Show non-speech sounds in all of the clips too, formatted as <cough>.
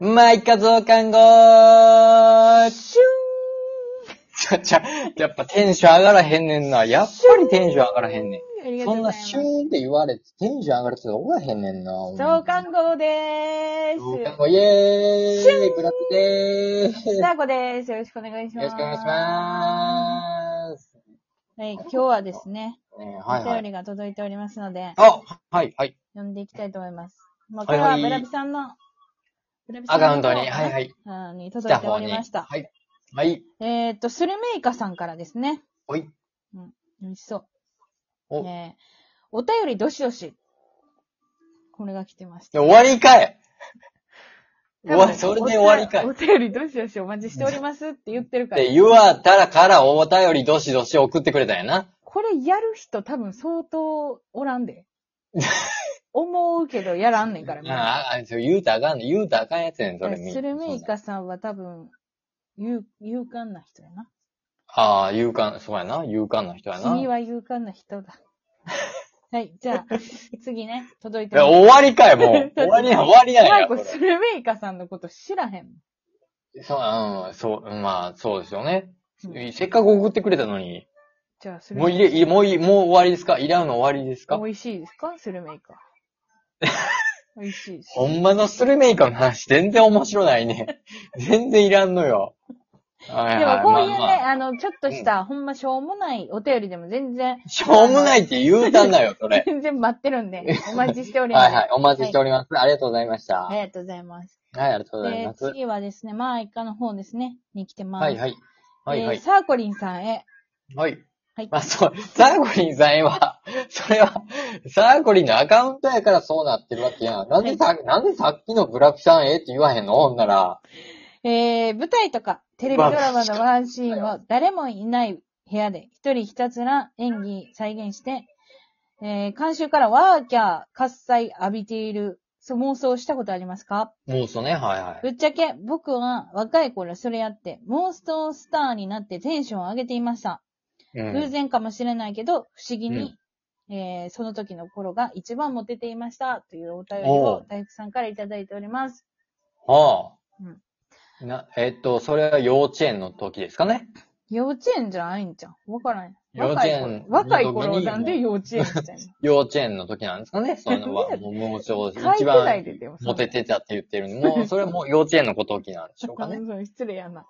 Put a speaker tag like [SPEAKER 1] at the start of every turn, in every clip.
[SPEAKER 1] マイカ増刊号シューンちゃ、ちゃ、やっぱテンション上がらへんねんな。やっぱりテンション上がらへんねん。
[SPEAKER 2] ありがと
[SPEAKER 1] そ
[SPEAKER 2] うんござ
[SPEAKER 1] ない
[SPEAKER 2] ます
[SPEAKER 1] シュー。ンって言われてテンション上がる人がおらへんねんな。
[SPEAKER 2] 増刊号で
[SPEAKER 1] 増刊
[SPEAKER 2] ー
[SPEAKER 1] 号イェーイブラックでーす。
[SPEAKER 2] す。
[SPEAKER 1] よ
[SPEAKER 2] さあこです。よろしくお願いします。
[SPEAKER 1] ろしくお願いしまーす。
[SPEAKER 2] す。はい、今日はですね、
[SPEAKER 1] ね
[SPEAKER 2] お
[SPEAKER 1] はいは
[SPEAKER 2] 便
[SPEAKER 1] い。
[SPEAKER 2] りが届いておりますので、
[SPEAKER 1] あはいはい。
[SPEAKER 2] 読んでいきたいと思います。まあ、こ
[SPEAKER 1] はい
[SPEAKER 2] れ
[SPEAKER 1] はい
[SPEAKER 2] はブラビさんの、ブラビ
[SPEAKER 1] アカウントに、
[SPEAKER 2] の
[SPEAKER 1] はいはい。
[SPEAKER 2] うんに
[SPEAKER 1] 来
[SPEAKER 2] 届い
[SPEAKER 1] た
[SPEAKER 2] てお
[SPEAKER 1] 方
[SPEAKER 2] り
[SPEAKER 1] に。
[SPEAKER 2] ました。
[SPEAKER 1] はい。はい。
[SPEAKER 2] えーっと、スルメイカさんからですね。
[SPEAKER 1] おい。
[SPEAKER 2] 美味しそう。
[SPEAKER 1] お、い
[SPEAKER 2] えーお便りどしどし。これが来てました
[SPEAKER 1] や。終わりかい終わり、それで終わりかい
[SPEAKER 2] お便りどしどしお待ちしておりますって言ってる
[SPEAKER 1] っ
[SPEAKER 2] から
[SPEAKER 1] て。言われたらからお便りどしどし送ってくれたんやな。
[SPEAKER 2] これやる人多分相当おら
[SPEAKER 1] <laughs>
[SPEAKER 2] んで。思うけどやらんねんからみんな。
[SPEAKER 1] ああ、そう言うたらあかんね言うたらあかんやつやねん、それ。
[SPEAKER 2] スルメイカさんは多分、勇勇敢な人やな。
[SPEAKER 1] ああ、勇敢、そうやな。勇敢な人やな。
[SPEAKER 2] 君
[SPEAKER 1] い
[SPEAKER 2] は勇敢な
[SPEAKER 1] <laughs>
[SPEAKER 2] 人だ。はい、じゃあ、次ね、届いて
[SPEAKER 1] や、
[SPEAKER 2] ます。
[SPEAKER 1] 終わりかい、もう。終わりや、終わりやん
[SPEAKER 2] マ
[SPEAKER 1] や
[SPEAKER 2] イ
[SPEAKER 1] こ
[SPEAKER 2] コ、
[SPEAKER 1] れ。
[SPEAKER 2] スルメイカさんのこと知らへん。
[SPEAKER 1] そう、うん、そう、まあ、そうですよね。
[SPEAKER 2] うん
[SPEAKER 1] せっかく送ってくれたのに、
[SPEAKER 2] じゃあ、スル
[SPEAKER 1] もう
[SPEAKER 2] メ
[SPEAKER 1] 入れ、入れもういい、もう終わりですか入れ合うの終わりですか
[SPEAKER 2] 美味しいですかスルメ
[SPEAKER 1] <laughs>
[SPEAKER 2] イカ。美味しいです。
[SPEAKER 1] ほんまのスルメイカの話、全然面白ない
[SPEAKER 2] <laughs>
[SPEAKER 1] ね。全然いらんのよ。はい
[SPEAKER 2] でも、こういうね、
[SPEAKER 1] まあまあ
[SPEAKER 2] あの、ちょっとした、ほんましょうもないお便りでも全然、
[SPEAKER 1] しょうもないって言うたんだよ、そ
[SPEAKER 2] <laughs>
[SPEAKER 1] れ。
[SPEAKER 2] 全然待ってる
[SPEAKER 1] <laughs>
[SPEAKER 2] んで、お待ちしております。
[SPEAKER 1] はいはい。お待ちしております。ありがとうございました。
[SPEAKER 2] あ
[SPEAKER 1] は
[SPEAKER 2] り
[SPEAKER 1] い、
[SPEAKER 2] がとうございます。
[SPEAKER 1] ありがとうござい
[SPEAKER 2] えー
[SPEAKER 1] ます。
[SPEAKER 2] 次はですね、マーイカの方ですね、に来てます。
[SPEAKER 1] はいはい。はいは
[SPEAKER 2] えー
[SPEAKER 1] い。
[SPEAKER 2] サーコリンさんへ。
[SPEAKER 1] はい。
[SPEAKER 2] はい
[SPEAKER 1] まあ、そう、サーコリンさんへは、 <laughs> それは、サーコリンのアカウントやからそうなってるわけやん。なんでさ、なんでさっきのブラピさんえって言わへんのほんなら。
[SPEAKER 2] えー、舞台とか、テレビドラマのワンシーンを誰もいない部屋で、一人ひたすら演技再現して、えー、監修からワーキャー喝采浴びている、そう妄想したことありますか
[SPEAKER 1] もうそうね、はいはい。
[SPEAKER 2] ぶっちゃけ、僕は若い頃それやって、モンストスターになってテンションを上げていました。
[SPEAKER 1] うん
[SPEAKER 2] 偶然かもしれないけど、不思議に、えーその時の頃が一番モテていましたというお便り
[SPEAKER 1] お
[SPEAKER 2] を
[SPEAKER 1] う
[SPEAKER 2] 大福さんからいただいております。
[SPEAKER 1] はあ。
[SPEAKER 2] うん
[SPEAKER 1] な、えっと、それは幼稚園の時ですかね。
[SPEAKER 2] 幼稚園じゃないんじゃん。わからん。
[SPEAKER 1] 幼稚園
[SPEAKER 2] 若い頃、
[SPEAKER 1] の時
[SPEAKER 2] 若い
[SPEAKER 1] に
[SPEAKER 2] 頃なんで幼稚園みたいな。
[SPEAKER 1] 幼稚園の時なんですかね。 <laughs> そういうのは、
[SPEAKER 2] ね
[SPEAKER 1] もう、もうちょう
[SPEAKER 2] 書い
[SPEAKER 1] 一
[SPEAKER 2] てない
[SPEAKER 1] 番
[SPEAKER 2] で、でもそんな。
[SPEAKER 1] モテてたって言ってるのも、それはもう幼稚園のごときなんでしょうか
[SPEAKER 2] <laughs>
[SPEAKER 1] ね。
[SPEAKER 2] うん失礼やな。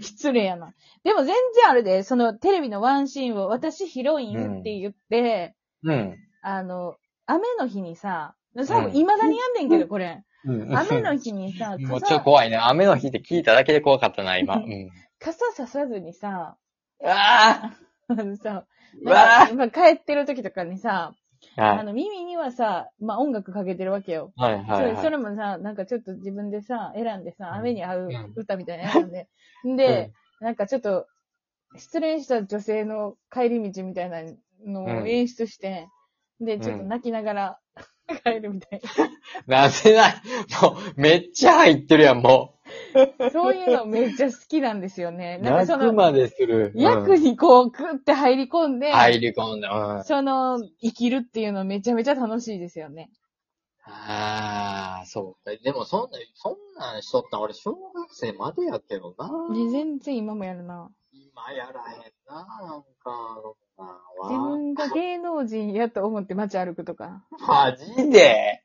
[SPEAKER 2] 失礼やな。でも全然あれで、そのテレビのワンシーンを私ヒロインって言って、
[SPEAKER 1] うん。
[SPEAKER 2] あの、雨の日にさ、最後、未だにやんねんけど、これ。
[SPEAKER 1] うん
[SPEAKER 2] 雨の日にさ、
[SPEAKER 1] <laughs> もう
[SPEAKER 2] 傘
[SPEAKER 1] ちょっと怖いね。雨の日って聞いただけで怖かったな、
[SPEAKER 2] <laughs>
[SPEAKER 1] 今。うん。
[SPEAKER 2] 傘ささずにさ、
[SPEAKER 1] あ
[SPEAKER 2] <laughs> あのさ、
[SPEAKER 1] うわ
[SPEAKER 2] なんか今帰ってる時とかにさ、
[SPEAKER 1] あ
[SPEAKER 2] あ
[SPEAKER 1] はい。
[SPEAKER 2] の耳にはさ、まあ、音楽かけてるわけよ。
[SPEAKER 1] はいはい、
[SPEAKER 2] そ
[SPEAKER 1] は
[SPEAKER 2] れ
[SPEAKER 1] い。
[SPEAKER 2] それもさ、なんかちょっと自分でさ、選んでさ、
[SPEAKER 1] うん
[SPEAKER 2] 雨に合う
[SPEAKER 1] うん
[SPEAKER 2] 歌みたいなの選
[SPEAKER 1] <laughs>
[SPEAKER 2] んで。で、なんかちょっと、失恋した女性の帰り道みたいなのを
[SPEAKER 1] うん
[SPEAKER 2] 演出して、で、ちょっと泣きながら <laughs> 帰るみたい
[SPEAKER 1] なぜない。もう、めっちゃ入ってるやん、も
[SPEAKER 2] な。そういうのめっちゃ好きなんですよね。
[SPEAKER 1] <laughs> う。
[SPEAKER 2] なんか
[SPEAKER 1] 泣
[SPEAKER 2] そ
[SPEAKER 1] く
[SPEAKER 2] の、
[SPEAKER 1] までする。うん
[SPEAKER 2] 役にこう、グって入り込んで、
[SPEAKER 1] 入り込んだ。うん。
[SPEAKER 2] その、生きるっていうのめちゃめちゃ楽しいですよね。
[SPEAKER 1] ああ、そうか。でもそんな、そんなんしとったん俺、小学生までやけどな。
[SPEAKER 2] ね全然今もやるな。
[SPEAKER 1] 今やらへんな、なんか。そ
[SPEAKER 2] 自
[SPEAKER 1] ん
[SPEAKER 2] 分が芸能人やと思って街歩くとか。
[SPEAKER 1] なんはマジで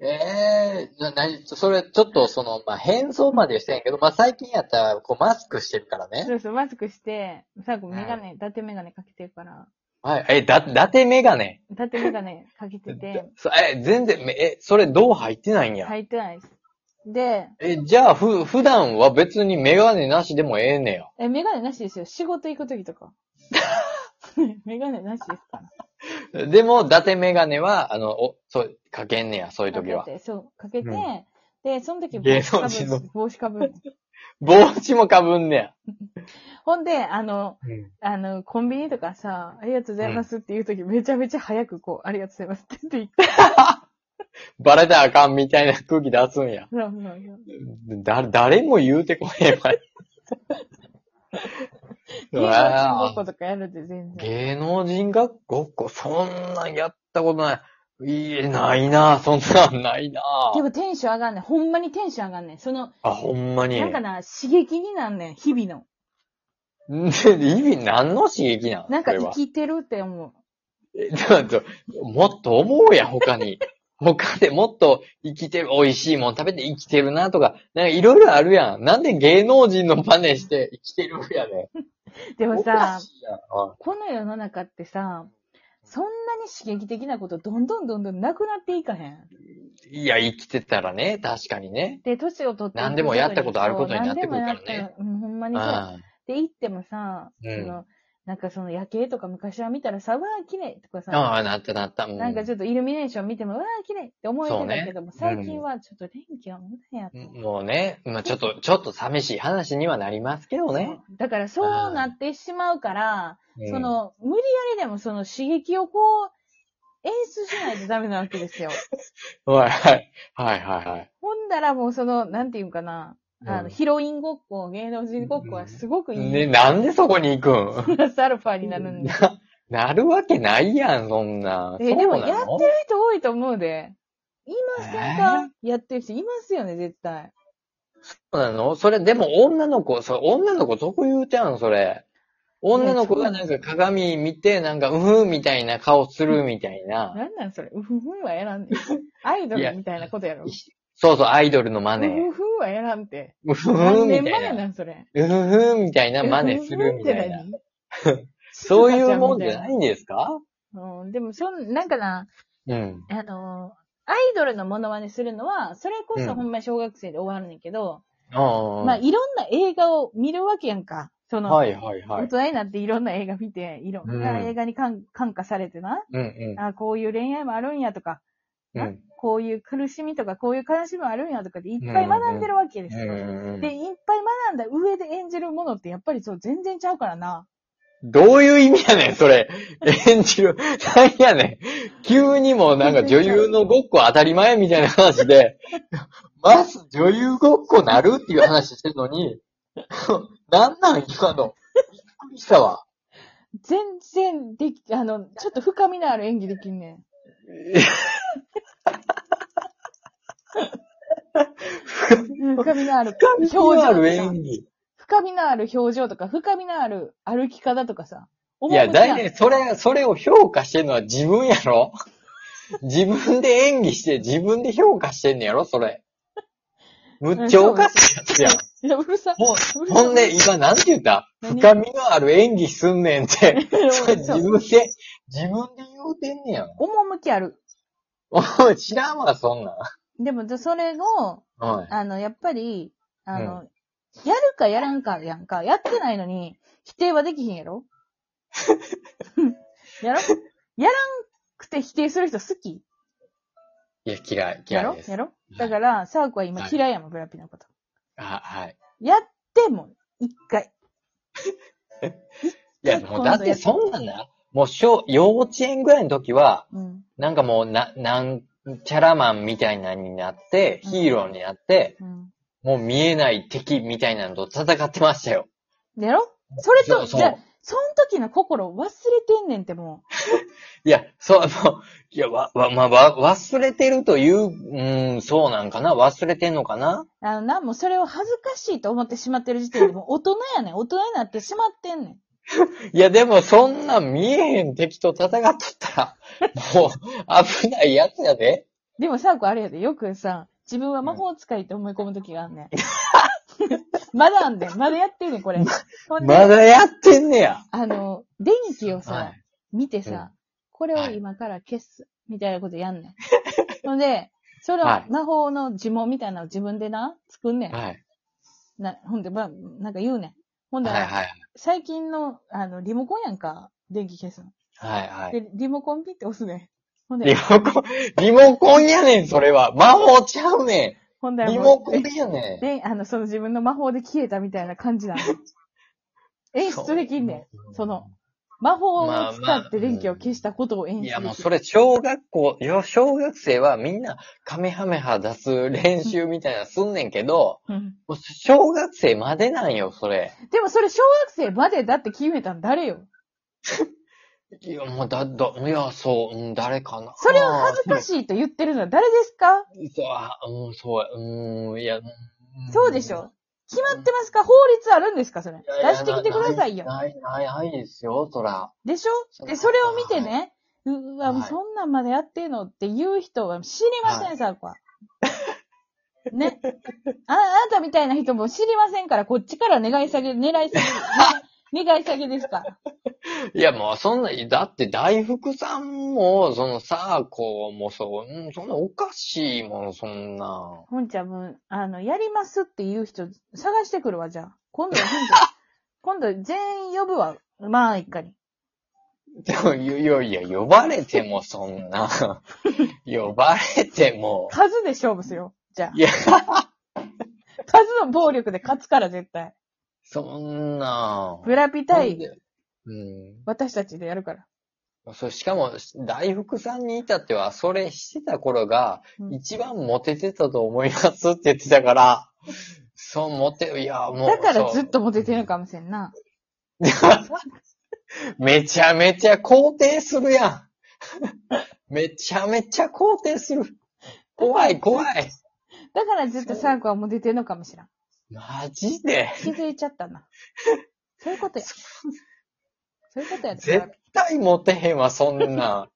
[SPEAKER 1] ええー、な、なに、それ、ちょっと、その、まあ、変装までしてんやけど、まあ、最近やったら、こう、マスクしてるからね。
[SPEAKER 2] そうそう、マスクして、最後メガネ、伊達メガネかけてるから、
[SPEAKER 1] はい。え、だ、だてメガネ。
[SPEAKER 2] 伊達メガネかけてて、
[SPEAKER 1] そえ、全然、めえ、それ、どう入って <laughs> ないんや。
[SPEAKER 2] 入ってないです。で、
[SPEAKER 1] え、じゃあ、ふ、普段は別にメガネなしでもええねや。
[SPEAKER 2] え、メガネなしですよ。仕事行くときとか。 <laughs> メガネなしですから。
[SPEAKER 1] でも、だてメガネは、あの、お、そう、かけんねや、そういう
[SPEAKER 2] か
[SPEAKER 1] 時は。
[SPEAKER 2] けて、そう、かけて、
[SPEAKER 1] うん
[SPEAKER 2] で、その時
[SPEAKER 1] 芸
[SPEAKER 2] 帽
[SPEAKER 1] 能
[SPEAKER 2] 子かぶ
[SPEAKER 1] 人の
[SPEAKER 2] る帽子かぶる。
[SPEAKER 1] 帽子もかぶんねや。
[SPEAKER 2] ほんで、あの、
[SPEAKER 1] うん。
[SPEAKER 2] あの、コンビニとかさ、ありがとうございますっていう時、めちゃめちゃ早くこう、ありがとうございますって言って行く。
[SPEAKER 1] バレたらあかんみたいな空気出すんや。
[SPEAKER 2] そうそうそう
[SPEAKER 1] だ、誰も言うてこへん
[SPEAKER 2] <laughs>
[SPEAKER 1] わ。
[SPEAKER 2] 芸能人ごっことかやるって全然。
[SPEAKER 1] 芸能人学校そんなんやったことない。いえ、ないなぁ、そんなんないな
[SPEAKER 2] で
[SPEAKER 1] ぁ。
[SPEAKER 2] もテンション上がんねん。ほんまにテンション上がんねん。その、
[SPEAKER 1] あ、ほんまに。
[SPEAKER 2] なんかな、刺激になんねん、日々の。
[SPEAKER 1] んで <laughs> 意味何の刺激なん
[SPEAKER 2] なん
[SPEAKER 1] そ
[SPEAKER 2] か
[SPEAKER 1] れ
[SPEAKER 2] 生
[SPEAKER 1] は
[SPEAKER 2] きてるって思う。
[SPEAKER 1] えなんともっと思うや、他に。 <laughs> 他でもっと生きてる、美味しいもん食べて生きてるなとか、なんかいろいろあるやん。なんで芸能人の真似して生きてるやね
[SPEAKER 2] で
[SPEAKER 1] ん。
[SPEAKER 2] も
[SPEAKER 1] おか
[SPEAKER 2] さ、
[SPEAKER 1] しいやんあ
[SPEAKER 2] この世の中ってさ、そんなに刺激的なことどんどんどんどんなくなっていかへん。
[SPEAKER 1] いや、生きてたらね、確かにね。
[SPEAKER 2] で、年を取っていくごとに。
[SPEAKER 1] 何でもやったことあることになってくるからね
[SPEAKER 2] そう何でもやったうん、ほんまにそうや。
[SPEAKER 1] あ
[SPEAKER 2] で、行ってもさ、
[SPEAKER 1] うん
[SPEAKER 2] その、なんかその夜景とか昔は見たらさ、わー綺麗とかさ、
[SPEAKER 1] あ、なったなった。うん
[SPEAKER 2] なんかちょっとイルミネーション見ても、わー綺麗って思えてたけども、
[SPEAKER 1] そうね
[SPEAKER 2] 最近はちょっと天気は無駄やと。
[SPEAKER 1] もうね、まあちょっと、ちょっと寂しい話にはなりますけどね。
[SPEAKER 2] そうだからそうなってしまうから、
[SPEAKER 1] うん
[SPEAKER 2] その、無理やりでもその刺激をこう、演出しないとダメなわ
[SPEAKER 1] <laughs>
[SPEAKER 2] けですよ。
[SPEAKER 1] はいはい。はいはいはい。
[SPEAKER 2] ほんだらもうその、なんていうんかな、あ
[SPEAKER 1] う
[SPEAKER 2] の、
[SPEAKER 1] ん
[SPEAKER 2] ヒロインごっこ、芸能人ごっこはすごくいい。
[SPEAKER 1] ね、なんでそこに行くん
[SPEAKER 2] プラスアルファになるんで。
[SPEAKER 1] な、なるわけないやん、そんな。
[SPEAKER 2] えでもや
[SPEAKER 1] っ
[SPEAKER 2] そういう人多いと思うで。いませんか、やってる人いますよね、絶対。
[SPEAKER 1] そうなのそれ、でも女の子、そう、女の子特有じゃん、それ。女の子がなんか鏡見て、なんか、うふんみたいな顔するみたいな。
[SPEAKER 2] なんなんそれ。うふふんはや
[SPEAKER 1] <laughs>
[SPEAKER 2] らんで。アイドルみたいなことやろ。う
[SPEAKER 1] そうそう、アイドルの真似。
[SPEAKER 2] ふふんはやらんて。
[SPEAKER 1] うふふ
[SPEAKER 2] 何
[SPEAKER 1] んみ
[SPEAKER 2] 年
[SPEAKER 1] た
[SPEAKER 2] 前
[SPEAKER 1] いな。
[SPEAKER 2] なんそれ。
[SPEAKER 1] うふふんみたいな真似するみたいな。
[SPEAKER 2] うふふんって
[SPEAKER 1] <laughs> そういうもんじゃないんですか
[SPEAKER 2] 何。うん、でも、そん、なんかな、
[SPEAKER 1] うん。
[SPEAKER 2] あのー、アイドルのモノマネするのは、それこ
[SPEAKER 1] う
[SPEAKER 2] そ
[SPEAKER 1] ん
[SPEAKER 2] ほんま小学生で終わるねんけど、
[SPEAKER 1] ああ。
[SPEAKER 2] まあ、いろんな映画を見るわけやんか。その、
[SPEAKER 1] はいはいは
[SPEAKER 2] 大
[SPEAKER 1] い。
[SPEAKER 2] 人になっていろんな映画見て、いろんな映画に感感化されてな、
[SPEAKER 1] うんう
[SPEAKER 2] あこういう恋愛もあるんやとか、
[SPEAKER 1] ん。うん。
[SPEAKER 2] こういう苦しみとか、こういう悲しみもあるんやとかっていっぱい学んでるわけですよ。
[SPEAKER 1] うんうん
[SPEAKER 2] で、いっぱい学んだ上で演じるものってやっぱりそう全然ちゃうからな。
[SPEAKER 1] どういう意味やねん、それ。演じる。何やねん。急にもうなんか女優のごっこ当たり前みたいな話で、まず女優ごっこなるっていう話してるのに、なんなん今の。びっくりしたわ。
[SPEAKER 2] 全然でき、あの、ちょっと深みのある演技できんね
[SPEAKER 1] <laughs>
[SPEAKER 2] ん。深みのある表情と
[SPEAKER 1] あ
[SPEAKER 2] か
[SPEAKER 1] る演技。
[SPEAKER 2] 深みのある表情とか、深みのある歩き方とかさ。
[SPEAKER 1] いや、
[SPEAKER 2] 趣
[SPEAKER 1] 大
[SPEAKER 2] ある
[SPEAKER 1] 体、それ、それを評価してるのは自分やろ自分で演技して、自分で評価してんねやろそれ。むっちゃおかしいやつやん。
[SPEAKER 2] いや、うるさい。
[SPEAKER 1] ほ
[SPEAKER 2] う <laughs> るさい
[SPEAKER 1] ほんで、今なんて言った
[SPEAKER 2] 何
[SPEAKER 1] 深みのある演技すんねんって。それ自
[SPEAKER 2] そう
[SPEAKER 1] 分で、自分で言うてんねやん。
[SPEAKER 2] 趣ある。
[SPEAKER 1] おい知らんわ、そんなん。
[SPEAKER 2] でも、でそれを、
[SPEAKER 1] はい。
[SPEAKER 2] あの、やっぱり、あの、やるかやらんかやんか。やってないのに、否定はできひん
[SPEAKER 1] <laughs>
[SPEAKER 2] やろやろやらんくて否定する人好き
[SPEAKER 1] いや、嫌い、
[SPEAKER 2] や
[SPEAKER 1] 嫌い
[SPEAKER 2] ろ
[SPEAKER 1] です。
[SPEAKER 2] やろだから、サークは今嫌いやもん、ブラピのこと。
[SPEAKER 1] あ、はい。
[SPEAKER 2] やっても、一回。
[SPEAKER 1] いや、
[SPEAKER 2] 結
[SPEAKER 1] も
[SPEAKER 2] 構
[SPEAKER 1] うだってそんなんな、もう小、幼稚園ぐらいの時は、
[SPEAKER 2] うん。
[SPEAKER 1] なんかもう、な、なん、キャラマンみたいなのになって、
[SPEAKER 2] うん
[SPEAKER 1] ヒーローになって、
[SPEAKER 2] うん。
[SPEAKER 1] もう見えない敵みたいなのと戦ってましたよ。
[SPEAKER 2] やろそれと、
[SPEAKER 1] そう
[SPEAKER 2] じゃあその時の心忘れてんねんっても
[SPEAKER 1] いや、そう、あの、いや、わ、わ、まあ、わ、忘れてるという、うん、そうなんかな忘れてんのかな
[SPEAKER 2] う。あの、なんもそれを恥ずかしいと思ってしまってる時点でもう大人やねん。大人になってしまってんねん。
[SPEAKER 1] いや、でも、そんなん見えへん敵と戦っとったら、もう、危ないやつやで。
[SPEAKER 2] でもサークあれやで、よくさ、自分は魔法使いって思い込む時があんね <laughs> ん。まだあんねん。まだやってんねん、これ。ほんで、
[SPEAKER 1] まだやってんねや。
[SPEAKER 2] あの、電気をさ、
[SPEAKER 1] はい
[SPEAKER 2] 見て
[SPEAKER 1] うん
[SPEAKER 2] さ、これを今から消す、みたいなことや
[SPEAKER 1] <laughs>
[SPEAKER 2] んねん。ほんで、その
[SPEAKER 1] はい
[SPEAKER 2] 魔法の呪文みたいなのを自分でな、作んねん。
[SPEAKER 1] はい。
[SPEAKER 2] なほんで、まあ、なんか言うねん。ほんで、
[SPEAKER 1] はいはい。
[SPEAKER 2] 最近の、あの、リモコンやんか、電気消すの。
[SPEAKER 1] はいはい。
[SPEAKER 2] で、リモコンピって押すねん。ほん
[SPEAKER 1] リ
[SPEAKER 2] で、
[SPEAKER 1] モコン、リモコンやねん、それは。魔法ちゃうね
[SPEAKER 2] ほん
[SPEAKER 1] ん。
[SPEAKER 2] だら
[SPEAKER 1] リ
[SPEAKER 2] もう
[SPEAKER 1] モコンやねん。
[SPEAKER 2] で、あの、その自分の魔法で消えたみたいな
[SPEAKER 1] <laughs>
[SPEAKER 2] 感じなの。演出できんねん。その。魔法を使って電気を消したことを演出
[SPEAKER 1] い
[SPEAKER 2] できる
[SPEAKER 1] や、もうそれ、小学校、よ小学生はみんな、カメハメハ出す練習みたいなのすんねんけど、
[SPEAKER 2] うん
[SPEAKER 1] もう小学生までなんよ、それ。
[SPEAKER 2] でもそれ小学生までだって決めたん誰よ。
[SPEAKER 1] いや、もうだ、だ、いや、そう、うん、誰かな。
[SPEAKER 2] それを恥ずかしいと言ってるのは誰ですか
[SPEAKER 1] い。そう、あうん、そうや、うん、いや、ん
[SPEAKER 2] そうでしょ決まってますか法律あるんですかそれ。
[SPEAKER 1] いやいや
[SPEAKER 2] 出してきてくださいよ。
[SPEAKER 1] ない、ない、ないですよ、そら。
[SPEAKER 2] でし
[SPEAKER 1] そ
[SPEAKER 2] ょ
[SPEAKER 1] う
[SPEAKER 2] で、それを見てね、うわ、もう
[SPEAKER 1] はい
[SPEAKER 2] そんなんまでやってんのって言う人は知りません、さ、こは。ね。あ、あなたみたいな人も知りませんから、こっちから願い下げ、狙い
[SPEAKER 1] <laughs>
[SPEAKER 2] 下げ、ね、願い下げですから。
[SPEAKER 1] いや、もうそんな、だって大福さんも、その、さあ、こうもそう、うん、そんなおかしいもん、そんな。
[SPEAKER 2] ほんちゃんもう、あの、やりますっていう人、探してくるわ、じゃあ。今度はほん
[SPEAKER 1] <laughs>
[SPEAKER 2] ちゃん今度全員呼ぶわ。まあ、一回に。
[SPEAKER 1] でも、いやいや、呼ばれてもそんな。 <laughs> 呼ばれても。
[SPEAKER 2] 数で勝負すよ。じゃあ。
[SPEAKER 1] いや、
[SPEAKER 2] <laughs> 数の暴力で勝つから、絶対。
[SPEAKER 1] そんな。
[SPEAKER 2] ブラピ対
[SPEAKER 1] うん。
[SPEAKER 2] 私たちでやるから。
[SPEAKER 1] そう、しかも、大福さんに至っては、それしてた頃が
[SPEAKER 2] う、ん
[SPEAKER 1] 一番モテてたと思いますって言ってたから、そう、モテ、いや、もう。
[SPEAKER 2] だから
[SPEAKER 1] そう
[SPEAKER 2] ずっとモテてるのかもしれんな。
[SPEAKER 1] <laughs> めちゃめちゃ肯定するやん。めちゃめちゃ肯定する。怖い、怖い。
[SPEAKER 2] だからずっとサークはモテてるのかもしらん。
[SPEAKER 1] マジで。
[SPEAKER 2] 気づいちゃったな。そういうことや。そういうことやで。
[SPEAKER 1] 絶対モテへんわ、そんなん。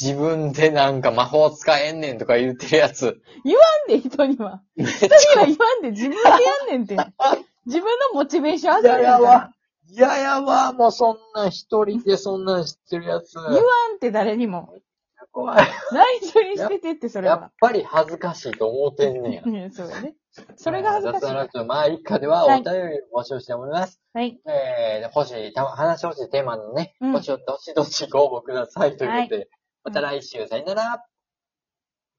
[SPEAKER 1] 自分でなんか魔法使えんねんとか言ってるやつ。
[SPEAKER 2] なんで人には。
[SPEAKER 1] めっち
[SPEAKER 2] 人には
[SPEAKER 1] ゃ
[SPEAKER 2] 言わんで自分でやんねんて。自分のモチベーション上げるんだ
[SPEAKER 1] や
[SPEAKER 2] から。
[SPEAKER 1] わ。いややわ、もうそんなん一人でそんなん知ってるやつ。
[SPEAKER 2] 言わんって誰にも。
[SPEAKER 1] 怖い。
[SPEAKER 2] 内緒にしててってそれ
[SPEAKER 1] やっ
[SPEAKER 2] は。
[SPEAKER 1] ぱり恥ずかしいと思ってんねや。
[SPEAKER 2] うん、そうやね。それが恥ずかしい
[SPEAKER 1] 雑談ラジオ、まあ、一家ではお便りを募集しております。
[SPEAKER 2] はい。
[SPEAKER 1] えー、欲しい、た話してほしいテーマのね、
[SPEAKER 2] うん
[SPEAKER 1] もしどしどしご応募くださいということで、また来週、さよなら。